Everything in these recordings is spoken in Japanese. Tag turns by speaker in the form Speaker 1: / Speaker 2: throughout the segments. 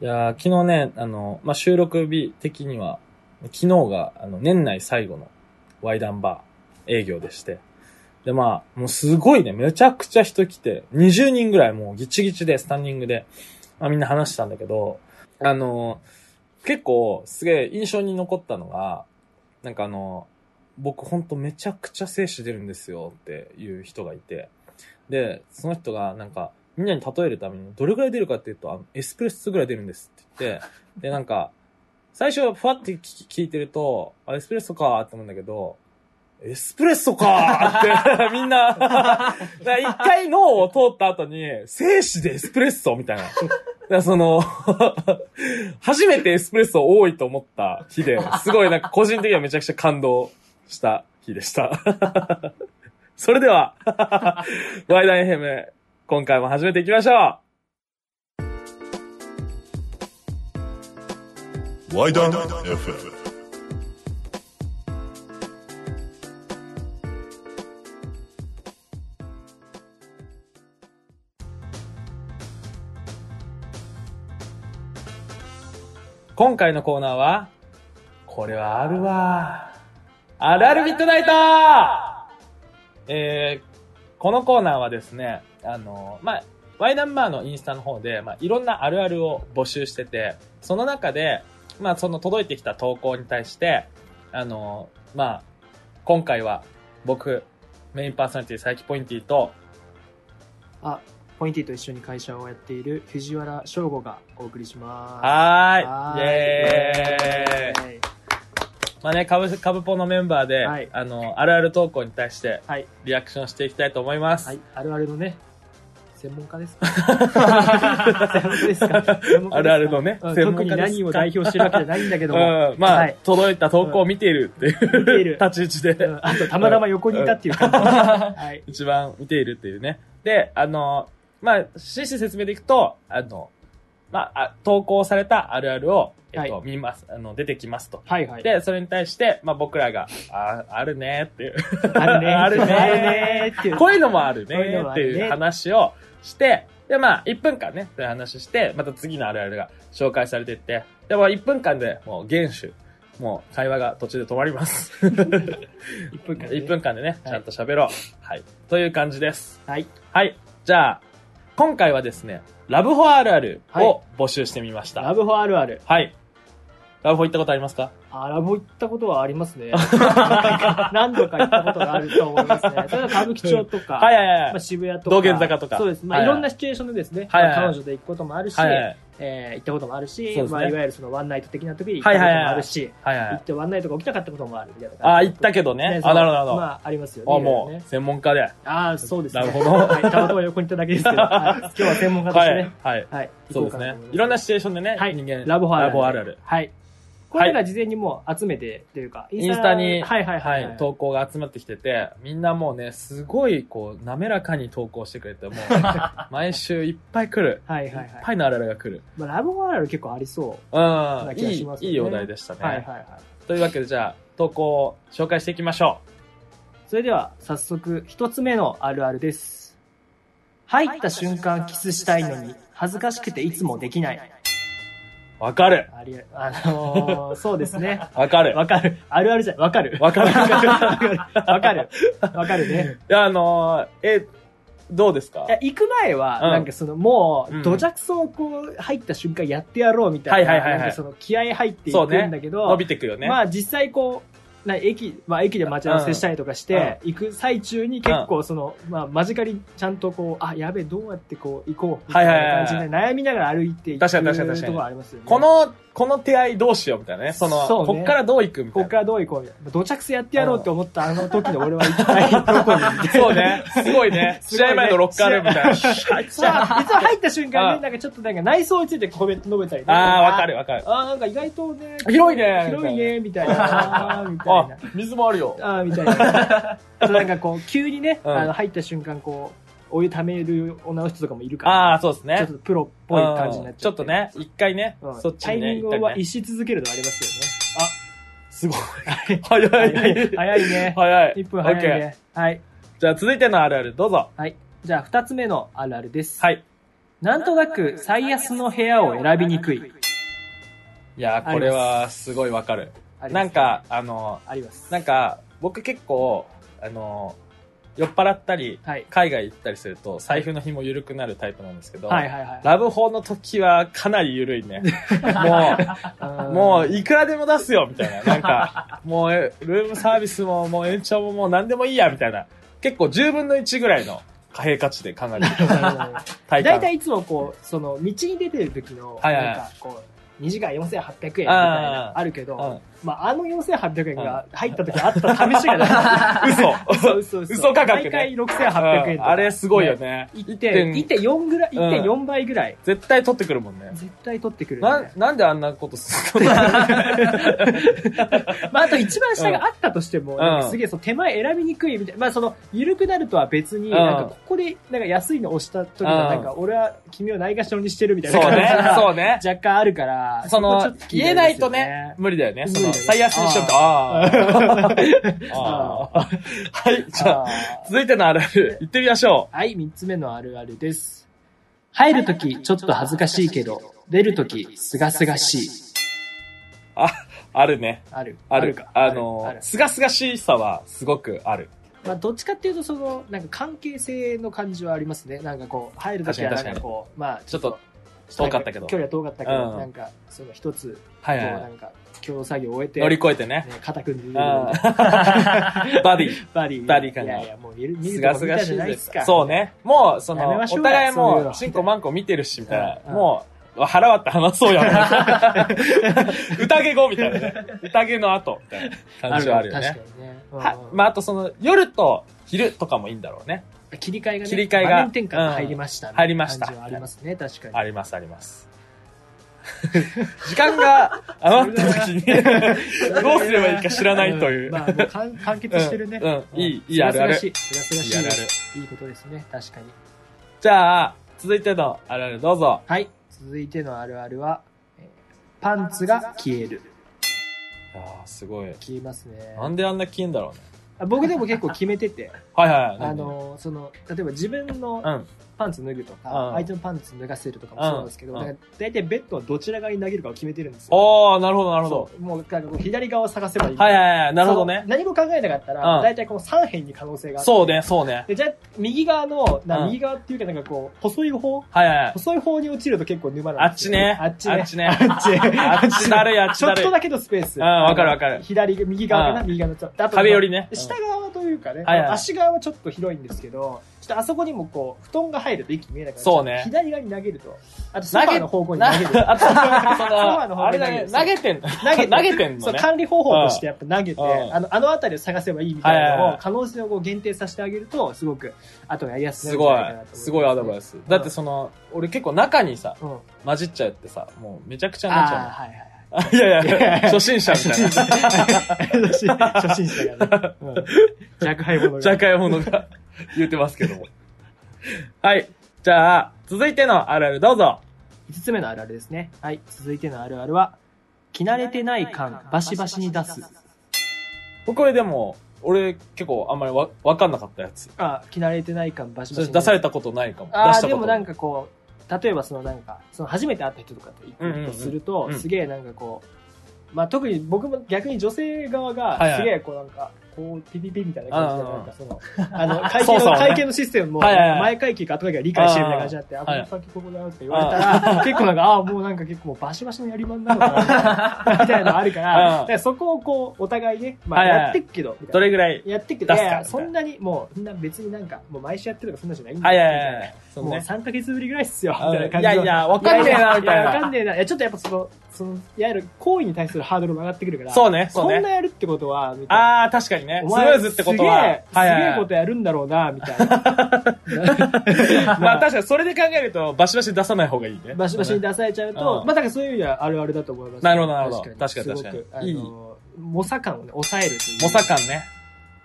Speaker 1: いやー昨日ね、あの、まあ、収録日的には、昨日が、あの、年内最後のワイダンバー営業でして。で、まあ、もうすごいね、めちゃくちゃ人来て、20人ぐらいもうギチギチで、スタンディングで、まあ、みんな話したんだけど、あの、結構、すげえ印象に残ったのが、なんかあの、僕ほんとめちゃくちゃ精子出るんですよっていう人がいて、で、その人がなんか、みんなに例えるために、どれぐらい出るかっていうと、あのエスプレッソぐらい出るんですって言って、で、なんか、最初はふわって聞き聞いてると、あ、エスプレッソかーって思うんだけど、エスプレッソかーって、み んな、だから一回脳を通った後に、静止でエスプレッソみたいな。だからその、初めてエスプレッソ多いと思った日で、すごいなんか個人的にはめちゃくちゃ感動した日でした。それでは、ワイダンヘム、今回も始めていきましょう
Speaker 2: ワイダン FM
Speaker 1: 今回のコーナーは、これはあるわ。あるあるミッドナイトえー、このコーナーはですね、あの、まあ、ワイナンバーのインスタの方で、まあ、いろんなあるあるを募集してて、その中で、まあ、その届いてきた投稿に対して、あの、まあ、今回は僕、メインパーソナリティ、佐伯ポインティと、
Speaker 3: あ、ポインティと一緒に会社をやっている藤原翔吾がお送りしま
Speaker 1: はーい、イ
Speaker 3: は
Speaker 1: エーイまあね、株、株ポのメンバーで、
Speaker 3: はい
Speaker 1: あの、あるある投稿に対して、
Speaker 3: す。はい。
Speaker 1: リアクションしていきたいと思います。
Speaker 3: はい。あるあるのね、専門 家ですか専門家ですか専門家ですか
Speaker 1: あるあるのね
Speaker 3: うん
Speaker 1: 専門家です
Speaker 3: 特に
Speaker 1: か
Speaker 3: 何を代表してるわけじゃないんだけども、
Speaker 1: うん、まあ、
Speaker 3: はい
Speaker 1: 届いた投稿を見ているっていう、
Speaker 3: 見ている
Speaker 1: 立ち位置で、
Speaker 3: うんあと、たまたま横にいたっていう感じ。はい。
Speaker 1: 一番見ているっていうね。で、あの、まあ、趣旨説明でいくと、あの、まあ、あ投稿されたあるあるを、えっと、
Speaker 3: は
Speaker 1: 見ます、あの、出てきますと。
Speaker 3: はいはい。
Speaker 1: で、それに対して、まあ、僕らが、あ、あるねーっていう。
Speaker 3: あるね。
Speaker 1: あるね
Speaker 3: あるねってい う。
Speaker 1: こういうのもある
Speaker 3: こういう
Speaker 1: ね
Speaker 3: のも
Speaker 1: っ
Speaker 3: あ
Speaker 1: て
Speaker 3: るね
Speaker 1: いう話をして、で、まあ、1分間ね、そういう話して、また次のあるあるが紹介されていって、で、まあ、1分間でもう厳守、もう会話が途中で止まり ます。
Speaker 3: 1分間でね。
Speaker 1: 1分間でね、ちゃんと喋ろう。はい。という感じです。
Speaker 3: はい。
Speaker 1: はい。じゃあ、今回はですね、ラブホあるある
Speaker 3: はい
Speaker 1: を募集してみました。は
Speaker 3: ラ
Speaker 1: い。
Speaker 3: ブホあるある。
Speaker 1: ラブホ行ったことありますか
Speaker 3: あ、ラブホ行ったことはありま すね。何度か行ったことがあると思いますね。それは歌舞伎町とか。
Speaker 1: はいはいはい
Speaker 3: まあ、
Speaker 1: はい。
Speaker 3: 渋谷とか。
Speaker 1: 道玄坂とか
Speaker 3: そうです。まあ、
Speaker 1: はい
Speaker 3: い
Speaker 1: はい
Speaker 3: ろんなシチュエーションでですね、
Speaker 1: はいはい
Speaker 3: まあ彼女で行くこともあるし、
Speaker 1: はいはい
Speaker 3: えー行ったこともあるし、
Speaker 1: そうですね
Speaker 3: まあ、いわゆるそのワンナイト的な時に行ったこともあるし、
Speaker 1: はいはいは
Speaker 3: 行
Speaker 1: い
Speaker 3: っ。てワンナイトが起きなかったこともあるみたいな感
Speaker 1: あ
Speaker 3: じ。
Speaker 1: あ、行ったけどね。
Speaker 3: そ
Speaker 1: あ、
Speaker 3: の
Speaker 1: なるほどなるほど。
Speaker 3: まあ、ありますよね。
Speaker 1: あ、
Speaker 3: いろい
Speaker 1: も
Speaker 3: ろね
Speaker 1: う、専門家で。
Speaker 3: ああ、そう です
Speaker 1: な
Speaker 3: ね。
Speaker 1: るほど
Speaker 3: はい、たまたま横に行っただけですけど、はい今日は専門家としてね。
Speaker 1: はい。はい。
Speaker 3: はい。
Speaker 1: そうですね。いろん
Speaker 3: な
Speaker 1: なシチュエーションでね、
Speaker 3: はい
Speaker 1: 人間、
Speaker 3: ラボホあるある。
Speaker 1: あるある。
Speaker 3: はい。これら事前にもう集めてというか、
Speaker 1: インスタに、
Speaker 3: はいはいはい、
Speaker 1: はい投稿が集まってきてて、みんなもうね、すごい、こう、滑らかに投稿してくれて、も う、毎週いっぱい来る。
Speaker 3: はいはい
Speaker 1: い
Speaker 3: は
Speaker 1: っ
Speaker 3: い。
Speaker 1: ぱいのあるあるが来る。
Speaker 3: まあ、ラブホあるある結構ありそ
Speaker 1: うん
Speaker 3: な、気が
Speaker 1: い
Speaker 3: し
Speaker 1: い
Speaker 3: ま、すよ
Speaker 1: い
Speaker 3: ね
Speaker 1: いお題でした
Speaker 3: う。はいはい
Speaker 1: ね。
Speaker 3: はい。
Speaker 1: というわけで、じゃあ、投稿を紹介していきましょ
Speaker 3: それでは早速一つ目のあるあるです。入った瞬間キスしたいのに恥ずかしくていつもできない。
Speaker 1: う。わかる
Speaker 3: ありあのー、そうですね。
Speaker 1: わかる
Speaker 3: わかる。あるあるじゃん。わかる。
Speaker 1: わかる
Speaker 3: わかる。わかる。わか る。わかるね。
Speaker 1: いや、あのー、え、どうですか
Speaker 3: いや行く前は、
Speaker 1: うん
Speaker 3: なんかその、も
Speaker 1: うん
Speaker 3: う、土着層をこう、入った瞬間やってやろうみたいな。
Speaker 1: はいはいはいはい
Speaker 3: なんかその、気合入っていく
Speaker 1: そうね
Speaker 3: んだけ
Speaker 1: 伸
Speaker 3: ど、
Speaker 1: びてくよね。
Speaker 3: まあ実際こう、な駅、まあ駅で待ち合わせしたりとかして、行く最中に結構その、まあ間近にちゃんとこう、あ、やべえ、どうやってこう行こうみたい
Speaker 1: はいはいはい
Speaker 3: な感じで悩みながら歩いていく
Speaker 1: 確かに確かに確かに
Speaker 3: ところありますよね。
Speaker 1: こ、の、この手合いどうしようみたいなね。その、
Speaker 3: そうね
Speaker 1: こっからどう行くみた
Speaker 3: こ
Speaker 1: い
Speaker 3: っ
Speaker 1: な。
Speaker 3: からどう行こうみたいな。土着せやってやろうって思ったあの時の俺は一体どこに みたいな。
Speaker 1: そう。ね。すごいね。
Speaker 3: す
Speaker 1: 試
Speaker 3: ごい
Speaker 1: 合
Speaker 3: ね
Speaker 1: 前のロッカールームみたい な。あいつ
Speaker 3: 実は
Speaker 1: は
Speaker 3: 入った瞬間
Speaker 1: うん
Speaker 3: ね、なんかちょっとなんか内装についてコメント述べたりと
Speaker 1: ああ、わか。るわかる。
Speaker 3: あーなんか意外とね、
Speaker 1: 広いね
Speaker 3: 広いね、みたいな。あーみたい
Speaker 1: あ
Speaker 3: な。、
Speaker 1: 水もあるよ。
Speaker 3: あーみた いな。あとなんかこう、急にね、
Speaker 1: うん
Speaker 3: あの入った瞬間、こう、お湯溜める女の人とかもいるから、
Speaker 1: ああ、そうですね。
Speaker 3: ちょっとプロっぽい感じになっちゃ
Speaker 1: ちょ
Speaker 3: っ
Speaker 1: ってと、ね、一回ね
Speaker 3: う、ん
Speaker 1: そっち
Speaker 3: タイ
Speaker 1: にね、
Speaker 3: ミン
Speaker 1: 行っ
Speaker 3: グ
Speaker 1: たり
Speaker 3: は
Speaker 1: ね。
Speaker 3: 一し続けるのあります
Speaker 1: すごい。
Speaker 3: よね。
Speaker 1: 早い。
Speaker 3: 早い早いね。
Speaker 1: 早い。
Speaker 3: 1分早い
Speaker 1: OK
Speaker 3: ね。はい。
Speaker 1: じゃあ続いてのあるある、どうぞ。
Speaker 3: はい。じゃあ、2つ目のあるあるです。
Speaker 1: はい。
Speaker 3: なんとなく最安の部屋を選びにくい。
Speaker 1: いやー、これはすごいわかる。
Speaker 3: あります
Speaker 1: なんか、、あの、
Speaker 3: あります。
Speaker 1: なんか、僕結構、あの、酔っ払ったり、
Speaker 3: はい。
Speaker 1: 海外行ったりすると、財布の紐緩くなるタイプなんですけど、
Speaker 3: はいはいはい。
Speaker 1: ラブホの時はかなり緩い ね。もう、 もういくらでも出すよみたいな。なん か、もうえルームサービスももう延長ももう何でもいいやみたいな。結構10分の1ぐらいの貨幣価値でかなり体
Speaker 3: だい
Speaker 1: 感
Speaker 3: たいいつもこう、その、道に出てる時の、
Speaker 1: はいはい
Speaker 3: なんかこう、2時間4800円みたい
Speaker 1: あー
Speaker 3: な、あるけ
Speaker 1: う
Speaker 3: ど
Speaker 1: ん、
Speaker 3: まあ、あの4800円が入った時あった試しがない。
Speaker 1: 嘘
Speaker 3: そうそうそう。
Speaker 1: 嘘価格ね
Speaker 3: 毎回6800円
Speaker 1: う
Speaker 3: と
Speaker 1: ん
Speaker 3: か。
Speaker 1: あれすごいよね。
Speaker 3: 一点。1.4ぐらい、
Speaker 1: うん
Speaker 3: 1.4倍ぐらい。
Speaker 1: 絶対取ってくるもんね。
Speaker 3: 絶対取ってくるよ
Speaker 1: な
Speaker 3: ね。、
Speaker 1: なんであんなことする の
Speaker 3: まあ、あと一番下があったとしても、
Speaker 1: ん
Speaker 3: なんかすげえ、その手前選びにくいみたいな。まあ、その、緩くなるとは別に、
Speaker 1: うん
Speaker 3: なんかここで、なんか安いの押した時は、なんか俺は君をないがしろにしてるみたいな
Speaker 1: そう
Speaker 3: 感じ
Speaker 1: ね
Speaker 3: が。
Speaker 1: そうね。
Speaker 3: 若干あるから、
Speaker 1: その
Speaker 3: こちょっと、気に
Speaker 1: 言え
Speaker 3: る
Speaker 1: なん
Speaker 3: で
Speaker 1: い
Speaker 3: すよ
Speaker 1: とね、。 無理だよね。
Speaker 3: 無
Speaker 1: そ
Speaker 3: 理
Speaker 1: の、
Speaker 3: だよ
Speaker 1: 最安にしようと。あ ーあー。はい、じゃあ、
Speaker 3: あー
Speaker 1: 続いてのあるある、行ってみましょ
Speaker 3: はい、三つ目のあるあるです。入るときちょっと恥ずかしいけど、出るときすがすがしい。
Speaker 1: う。あ、あるね。
Speaker 3: ある。
Speaker 1: ある。
Speaker 3: か。
Speaker 1: あの
Speaker 3: ある、
Speaker 1: すがすがしさはすごくある。
Speaker 3: まあ、どっちかっていうと、その、なんか関係性の感じはありますね。なんかこう、入るときは
Speaker 1: 確か
Speaker 3: なん
Speaker 1: に
Speaker 3: かこう、まあ、
Speaker 1: ちょっと、遠かったけど。
Speaker 3: 距離は遠かったけど、
Speaker 1: うん
Speaker 3: なんか、その一つ、
Speaker 1: は
Speaker 3: こ
Speaker 1: いはい
Speaker 3: う、な
Speaker 1: はい。
Speaker 3: んか、共同作業を終えて、
Speaker 1: 乗り
Speaker 3: ね、
Speaker 1: 越えてね。
Speaker 3: 肩組んで出てくるみ
Speaker 1: あ
Speaker 3: たい
Speaker 1: ー バディ。
Speaker 3: なバディ。
Speaker 1: バディ感
Speaker 3: い
Speaker 1: が
Speaker 3: やいや、もう見る、見
Speaker 1: す
Speaker 3: る
Speaker 1: が
Speaker 3: とこ
Speaker 1: す
Speaker 3: 見
Speaker 1: が
Speaker 3: た
Speaker 1: し
Speaker 3: じ
Speaker 1: い
Speaker 3: ゃない
Speaker 1: で
Speaker 3: ですすか。
Speaker 1: そうね。もう、そ
Speaker 3: やめ
Speaker 1: の、
Speaker 3: ましょう
Speaker 1: お
Speaker 3: よ
Speaker 1: 互い
Speaker 3: そういう
Speaker 1: も
Speaker 3: の
Speaker 1: う、チンコマンコ見てるし、みたい
Speaker 3: うん
Speaker 1: な。
Speaker 3: うん
Speaker 1: もう、腹割って話そうよ。 宴後みたいなね。宴の後、みたいな感じはあるよね。
Speaker 3: 確かにね。
Speaker 1: は
Speaker 3: うん、
Speaker 1: まあ、あとその、夜と昼とかもいいんだろうね。
Speaker 3: 切り替えがね、
Speaker 1: 切り替えが
Speaker 3: 場面転換が入りましたね、
Speaker 1: うん入りました
Speaker 3: 感じはありますね、確かに。
Speaker 1: あります、あります。 時間が余った時 に、どうすればいいか知らないという。
Speaker 3: ん まあ、もう完完結してるね。
Speaker 1: うんうんいいいいあるある
Speaker 3: すがすがしい。
Speaker 1: い
Speaker 3: す
Speaker 1: いある
Speaker 3: が
Speaker 1: あ
Speaker 3: すが
Speaker 1: る
Speaker 3: しい。いいことですね、確かに。
Speaker 1: じゃあ、続いてのあるあるどうぞ。
Speaker 3: はい、続いてのあるあるは、えーパンツが消える。
Speaker 1: ああ、すごい。
Speaker 3: 消えますね。
Speaker 1: なんであんな消えんだろうね。
Speaker 3: あ僕でも結構決め てて、
Speaker 1: はいはい。
Speaker 3: あ、の、その、例えば自分の
Speaker 1: うん。
Speaker 3: パンツ脱ぐとか、
Speaker 1: うん
Speaker 3: 相手のパンツ脱がせるとかもそうなんですけど、
Speaker 1: うん
Speaker 3: だい大体ベッドはどちら側に投げるかを決めてるんですよ。
Speaker 1: おー、なるほど、なるほど。
Speaker 3: そう。もう、なんかこう左側を探せばいい。
Speaker 1: はいはいはい、なるほど
Speaker 3: そ
Speaker 1: ね
Speaker 3: の。何も考えなかった
Speaker 1: う
Speaker 3: ら、
Speaker 1: ん
Speaker 3: 大体この3辺に可能性があって
Speaker 1: そうね、そうね。
Speaker 3: で、じゃあ、右側の、な
Speaker 1: うん
Speaker 3: 右側っていうかなんかこう、細い方
Speaker 1: はいはい。
Speaker 3: 細い方に落ちると結構沼
Speaker 1: あ
Speaker 3: なん
Speaker 1: っ
Speaker 3: です
Speaker 1: ち
Speaker 3: よ
Speaker 1: ね。
Speaker 3: あっち
Speaker 1: あ
Speaker 3: ね。
Speaker 1: っちね。
Speaker 3: あっち。
Speaker 1: あっちだ るい、あっち
Speaker 3: ちょ
Speaker 1: だ
Speaker 3: っ
Speaker 1: るい
Speaker 3: と。だけのスペース。
Speaker 1: うんわかるわかる
Speaker 3: 左、右側かな右側のちょっと。あと
Speaker 1: 壁寄りね。
Speaker 3: 下側というかね、
Speaker 1: はいはい
Speaker 3: 足側はちょっと広いんですけど、ちょっとあそこにもこう、布団が入ると息見えなくなっちゃ
Speaker 1: そうね
Speaker 3: 左側に投げると。あと、ソファーの方向に
Speaker 1: な
Speaker 3: 投げる。
Speaker 1: あと、そ
Speaker 3: ァーの
Speaker 1: の、
Speaker 3: 方
Speaker 1: あれ
Speaker 3: に投
Speaker 1: だ
Speaker 3: げ
Speaker 1: ね、投げ
Speaker 3: る
Speaker 1: てん、投
Speaker 3: 投げて
Speaker 1: 投げてん
Speaker 3: そ
Speaker 1: の
Speaker 3: う
Speaker 1: ね。
Speaker 3: 管理方法としてやっぱ投げて、
Speaker 1: うん
Speaker 3: あのあの辺りを探せばいいみたいなの
Speaker 1: はいはいは
Speaker 3: を
Speaker 1: い
Speaker 3: 可能性をこう限定させてあげると、すごく、あとやりやす
Speaker 1: す
Speaker 3: くな
Speaker 1: ごい
Speaker 3: るんじゃなかなと思ます
Speaker 1: ごいアドバイス。だってその、俺結構中にさ、
Speaker 3: うん。
Speaker 1: 混じっちゃってさ、もうめちゃくちゃになっち
Speaker 3: ああ、
Speaker 1: ゃ
Speaker 3: はいはいはい。
Speaker 1: うの。いやいや、初心者みたいな。
Speaker 3: 初心 者。初心者がね。うん若輩 者
Speaker 1: 若干者が 言ってますけども。はい。じゃあ、続いてのあるあるどうぞ。
Speaker 3: 5つ目のあるあるですね。はい。続いてのあるあるは、着慣れてない感、バシバシに出す。
Speaker 1: これでも、俺結構あんまりわ、わかんなかったやつ。
Speaker 3: あ、着慣れてない感、バシバシに
Speaker 1: 出され
Speaker 3: た。
Speaker 1: たことないかも。出
Speaker 3: あ
Speaker 1: し
Speaker 3: あ、
Speaker 1: た
Speaker 3: で
Speaker 1: こ
Speaker 3: も
Speaker 1: と
Speaker 3: なんかこう、例えばそのなんか、その初めて会った人とかと
Speaker 1: うんうんう
Speaker 3: 行く
Speaker 1: ん
Speaker 3: とすると
Speaker 1: う、ん
Speaker 3: すげえなんかこう、まあ特に僕も逆に女性側
Speaker 1: はいは
Speaker 3: が、
Speaker 1: い
Speaker 3: すげえこうなんか、こう、ピピピみたいな感じで、
Speaker 1: うんうんうん
Speaker 3: なんかその、あの、会
Speaker 1: そ
Speaker 3: 計
Speaker 1: うそう
Speaker 3: の、
Speaker 1: ね
Speaker 3: 会計のシステムも、
Speaker 1: はいはいはい
Speaker 3: 前会計か後会計は理解してるみたいな感じになって、あ、
Speaker 1: ん
Speaker 3: こ
Speaker 1: はい
Speaker 3: の先ここだよって言われたら、 結構なんか、あもうなんか結構もうバシバシのやりまんなのかな、みたいなのあるか
Speaker 1: うん
Speaker 3: ら、だからそこをこう、お互いね、まあ
Speaker 1: はいはい
Speaker 3: やってっけど、みたいな
Speaker 1: どれぐらい
Speaker 3: やってっけど、
Speaker 1: 出
Speaker 3: い
Speaker 1: す
Speaker 3: や
Speaker 1: か
Speaker 3: いや、そんなに、もう、そんな別になんか、もう毎週やってるとかそんなじゃないんだ
Speaker 1: はい
Speaker 3: よ
Speaker 1: はい
Speaker 3: みた
Speaker 1: はいい
Speaker 3: な
Speaker 1: はい。そ
Speaker 3: もう
Speaker 1: うね。
Speaker 3: 3ヶ月ぶりぐらいっすよ、み
Speaker 1: うん
Speaker 3: たい
Speaker 1: い
Speaker 3: な感じ
Speaker 1: や
Speaker 3: の
Speaker 1: いや、わかんねえな、みたい
Speaker 3: やわか
Speaker 1: な。
Speaker 3: んねえな。いや、ちょっとやっぱその、その、いわゆる行為に対するハードルも上がってくるから、
Speaker 1: そうね、そう
Speaker 3: こんな
Speaker 1: ね。
Speaker 3: やるってことは、みたいな。
Speaker 1: ああ、確かにね。ス
Speaker 3: お
Speaker 1: ム
Speaker 3: 前
Speaker 1: ーズってことは。
Speaker 3: すげえ、すげえ
Speaker 1: は
Speaker 3: ことやるんだろうな、みたい な。
Speaker 1: まあ確かにそれで考えると、バシバシ出さない方がいいね。
Speaker 3: バシバシに出されちゃうと、
Speaker 1: うん
Speaker 3: まあ、だからそういう意味ではあるあるだと思います。
Speaker 1: なるほどなるほど
Speaker 3: すご
Speaker 1: 確かに確かに
Speaker 3: あの、猛者感をね、抑えるという。
Speaker 1: 猛者感ね。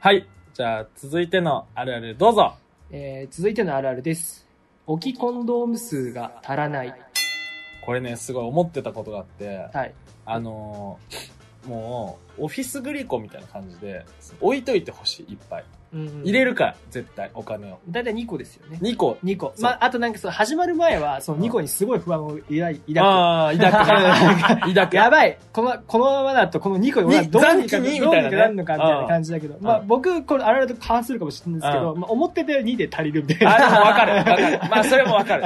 Speaker 1: はい。じゃあ、続いてのあるあるどうぞ。
Speaker 3: えー続いてのあるあるです。置きコンドーム数が足らない。
Speaker 1: これね、すごい思ってたことがあって、
Speaker 3: はい。
Speaker 1: あのーもう、オフィスグリコみたいな感じで、置いといてほしい、いっぱい。入れるから、絶対、お金を。
Speaker 3: だいたい2個ですよね。
Speaker 1: 2個。
Speaker 3: 2個。
Speaker 1: そう
Speaker 3: まあ、あとなんかそう、始まる前は、その2個にすごい不安を抱い抱いて、
Speaker 1: ああ、抱くね。 抱く。
Speaker 3: やばいこの、このままだと、この2個が
Speaker 1: に
Speaker 3: どうにか、
Speaker 1: 残機に
Speaker 3: どうに
Speaker 1: みた
Speaker 3: か
Speaker 1: いなね
Speaker 3: なるのかみたいな感じだけど、まあ
Speaker 1: うん
Speaker 3: 僕、これ、あれだと関するかもしれないですけど、まあ思ってたより2で足りるみたいな。
Speaker 1: あ、でもわか る。わかる。まあ、それもわかる。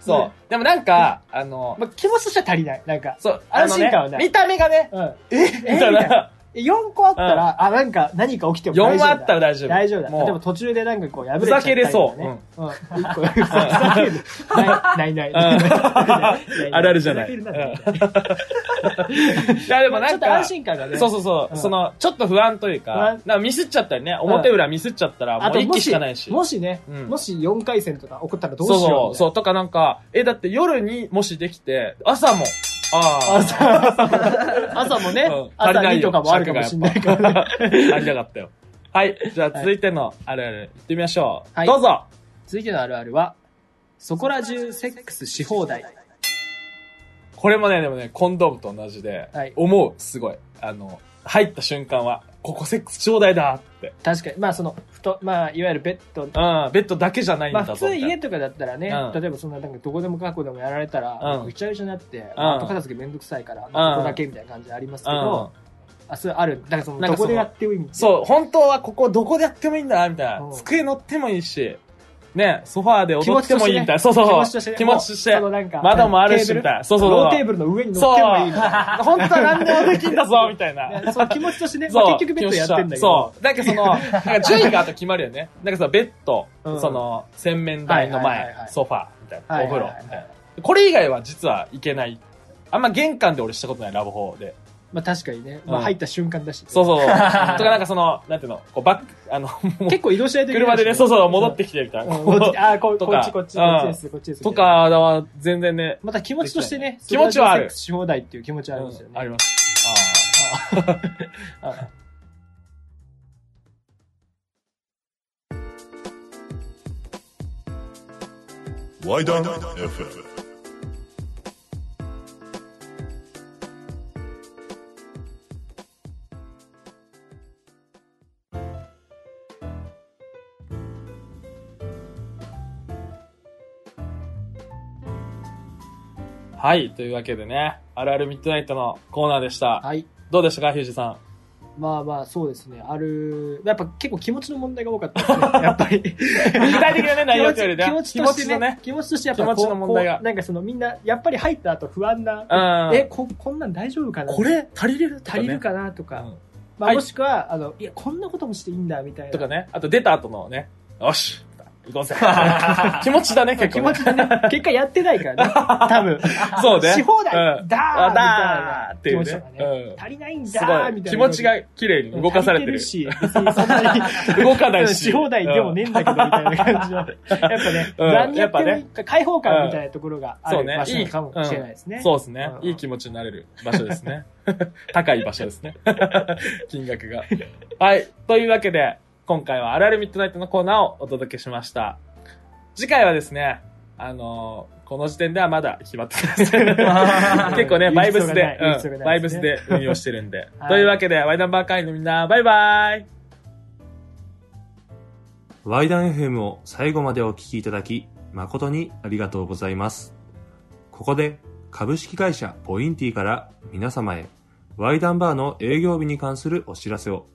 Speaker 1: そう。でもなんか、あの、
Speaker 3: まあ気持ちとしては足りない。なんか。
Speaker 1: そう、
Speaker 3: 安心感
Speaker 1: あ
Speaker 3: は
Speaker 1: の
Speaker 3: ない
Speaker 1: 見た目がね、
Speaker 3: うん。
Speaker 1: えみ
Speaker 3: え
Speaker 1: たい
Speaker 3: みたい
Speaker 1: な。
Speaker 3: 4個あったら、あ、なんか何か起きても
Speaker 1: 4
Speaker 3: 大丈夫
Speaker 1: は
Speaker 3: だ。
Speaker 1: あったら大丈夫。
Speaker 3: 大丈夫だ。
Speaker 1: もう
Speaker 3: でも途中でなんかこう破れ
Speaker 1: ふざけれそう
Speaker 3: ね。うん。うん一個ふざける。ない、ない、ない ない。
Speaker 1: あるあるじゃない。
Speaker 3: ふ
Speaker 1: うん
Speaker 3: ざ
Speaker 1: い
Speaker 3: ける
Speaker 1: や、でも
Speaker 3: ち
Speaker 1: な
Speaker 3: ょっ
Speaker 1: ん
Speaker 3: と
Speaker 1: か
Speaker 3: 安、心感がね。
Speaker 1: そうそうそうう、
Speaker 3: ん
Speaker 1: その、ちょっと不安という
Speaker 3: 不
Speaker 1: か
Speaker 3: 安、
Speaker 1: なんかミスっちゃったりね、表裏ミスっちゃったら、
Speaker 3: あ
Speaker 1: もう
Speaker 3: と
Speaker 1: 一
Speaker 3: も
Speaker 1: 気
Speaker 3: し
Speaker 1: しかないし。
Speaker 3: もしね、
Speaker 1: うん
Speaker 3: もし4回戦とか起こったらどうし
Speaker 1: そう
Speaker 3: よう
Speaker 1: そう、そう、とかなんか、え、だって夜にもしできて、朝も、ああ、
Speaker 3: 朝もね、
Speaker 1: うん足
Speaker 3: 朝
Speaker 1: りない
Speaker 3: 2
Speaker 1: よ
Speaker 3: とかもあるかもしれないから ね。
Speaker 1: 足りなかったよ。はい、じゃあ続いてのあるある、行ってみましょ
Speaker 3: は
Speaker 1: う。
Speaker 3: い
Speaker 1: どうぞ
Speaker 3: 続いてのあるあるは、そこら中セックスし放題。
Speaker 1: これもね、でもね、コンドームと同じで、
Speaker 3: はい
Speaker 1: 思う、すごい。あの、入った瞬間は、ここセックスちょうだいだって。
Speaker 3: 確かに、まあその、ふと、まあいわゆるベッド、
Speaker 1: うん、ベッドだけじゃないん
Speaker 3: ま
Speaker 1: だ
Speaker 3: あ
Speaker 1: ぞ。
Speaker 3: 普通
Speaker 1: みたいな
Speaker 3: 家とかだったらね、
Speaker 1: うん
Speaker 3: 例えばそんななんかどこでも過去でもやられたら、
Speaker 1: うん
Speaker 3: ぐちゃぐちゃになって、まあ後片付けめんどくさいから、まあここだけみたいな感じありますけど、あ、それある。だからその、
Speaker 1: なん
Speaker 3: ど
Speaker 1: かその
Speaker 3: こでやってもいいみたいな。
Speaker 1: そう、本当はここどこでやってもいいんだ、みたい
Speaker 3: うん
Speaker 1: な。机乗ってもいいし、ね、ソファーで
Speaker 3: 気
Speaker 1: 踊
Speaker 3: 持
Speaker 1: っ
Speaker 3: ち
Speaker 1: て
Speaker 3: とし
Speaker 1: も
Speaker 3: て
Speaker 1: いい
Speaker 3: ね
Speaker 1: みたいな。そうそうそう。気持ちと
Speaker 3: と
Speaker 1: し
Speaker 3: して
Speaker 1: て。
Speaker 3: もうそのなんか
Speaker 1: 窓もあるし、
Speaker 3: テーブル
Speaker 1: みたいな。そうそうそう。
Speaker 3: ローテーブルの上に乗ってもいいみたいな。
Speaker 1: そう。本当は何でもできんだぞ、みたいな。
Speaker 3: ねその気持ちとしてね、ま
Speaker 1: そ
Speaker 3: あ
Speaker 1: う。
Speaker 3: 結局ベッドやってんだけど
Speaker 1: そ。う。なんかその、なんか順位があと決まるよね。なんかさ、ベッド、
Speaker 3: うん
Speaker 1: その、洗面台の
Speaker 3: はいはい
Speaker 1: 前
Speaker 3: はいは、い
Speaker 1: ソファー、みたいな。
Speaker 3: はい
Speaker 1: お
Speaker 3: は
Speaker 1: 風
Speaker 3: いはい
Speaker 1: 呂、みたいな。これ以外は実はいけない。あんま玄関で俺したことない、ラブホーで。
Speaker 3: まあ確かにね、ま
Speaker 1: う
Speaker 3: あ
Speaker 1: ん
Speaker 3: 入った瞬間だし。
Speaker 1: そう そう。とかなんかその、なんていうの、こうバック、あの、
Speaker 3: 結構移動しないといけな
Speaker 1: 車
Speaker 3: いしね。
Speaker 1: でね、そうそう、戻ってきてみたい
Speaker 3: うん。
Speaker 1: な。
Speaker 3: 戻ってきてあー、こ
Speaker 1: と
Speaker 3: こ
Speaker 1: か
Speaker 3: っちこっち、こっちです、こっちです。
Speaker 1: と。かは全然ね、
Speaker 3: また気持ちとしてね、
Speaker 1: 気持ちはある
Speaker 3: セックスし放題っていう気持ちはありますよ
Speaker 1: うんあり
Speaker 3: ね。
Speaker 1: ます。
Speaker 3: あー
Speaker 2: ワイドナイト FM。
Speaker 1: はい、というわけでね、あるあるミッドナイトのコーナーでした。
Speaker 3: はい。
Speaker 1: どうでしたか、ヒュージさん。
Speaker 3: まあまあ、そうですね。ある、やっぱ結構気持ちの問題が多かったですね。やっぱり。
Speaker 1: 具体的なね、内容というよりね、
Speaker 3: 気持ち気持ちとして
Speaker 1: の
Speaker 3: ね。。気持ちとしてやっぱ
Speaker 1: 気持ちの問題が
Speaker 3: こうこうなんかそのみんな、やっぱり入った後不安な、
Speaker 1: うん。
Speaker 3: え、こ、こんなん大丈夫かな
Speaker 1: これ足りれると
Speaker 3: 足
Speaker 1: ね
Speaker 3: りるかなとか、
Speaker 1: うん
Speaker 3: ま
Speaker 1: は
Speaker 3: あ
Speaker 1: い
Speaker 3: もしくは、あの、いや、こんなこともしていいんだ、みたいな。
Speaker 1: とかね、あと出た後のね、よし、行 こうぜ。気持ちだね、
Speaker 3: まあ
Speaker 1: 結
Speaker 3: 気
Speaker 1: 構ね。
Speaker 3: 持ちでね、結果やってない からね、多分。
Speaker 1: そうね
Speaker 3: し放題、
Speaker 1: うん
Speaker 3: だーみ
Speaker 1: あだーって
Speaker 3: たい
Speaker 1: いう
Speaker 3: な気持ちと
Speaker 1: ね
Speaker 3: か。
Speaker 1: う
Speaker 3: ね。
Speaker 1: ん
Speaker 3: 足りないん
Speaker 1: す
Speaker 3: だ
Speaker 1: ご
Speaker 3: ー
Speaker 1: い。
Speaker 3: みた
Speaker 1: 気
Speaker 3: いな。
Speaker 1: 持ちが綺麗に動かされてる。
Speaker 3: 足りし、別にそんな に
Speaker 1: 動かないし。
Speaker 3: し放題でもねえんだけど、みたいな感じ の。やっぱね、
Speaker 1: うん
Speaker 3: 何や
Speaker 1: や
Speaker 3: っ
Speaker 1: ってぱ
Speaker 3: も
Speaker 1: ね
Speaker 3: いいか開放感みたいなところがあ
Speaker 1: そう
Speaker 3: る
Speaker 1: ね
Speaker 3: 場所なのかもしれないですね。
Speaker 1: そうですね。
Speaker 3: うん
Speaker 1: いい気持ちになれる場所です ね。高い場所ですね。 金額が。はい。というわけで、今回はあるあるミッドナイトのコーナーをお届けしました。次回はですね、あのーこの時点ではまだ決まってま せん。結構ね、バイブスで、
Speaker 3: 言う必
Speaker 1: う
Speaker 3: 要
Speaker 1: ん
Speaker 3: が
Speaker 1: バ
Speaker 3: ない
Speaker 1: イブスで運用してるんで。
Speaker 3: はい
Speaker 1: というわけで、ワイダンバー会員のみんな、バイバイ
Speaker 4: ワイダン FM を最後までお聞きいただき、誠にありがとうございます。ここで、株式会社ポインティから皆様へ、ワイダンバーの営業日に関するお知らせを。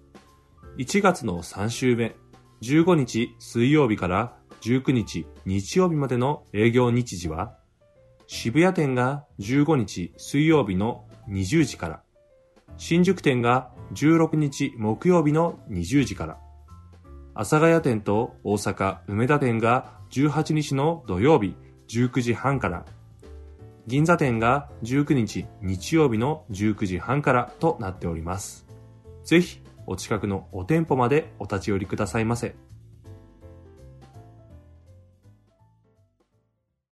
Speaker 4: 1月の3週目、15日水曜日から19日日曜日までの営業日時は、渋谷店が15日水曜日の20時から、新宿店が16日木曜日の20時から、阿佐ヶ谷店と大阪梅田店が18日の土曜日19時半から、銀座店が19日日曜日の19時半からとなっております。ぜひお近くのお店舗までお立ち寄りくださいませ。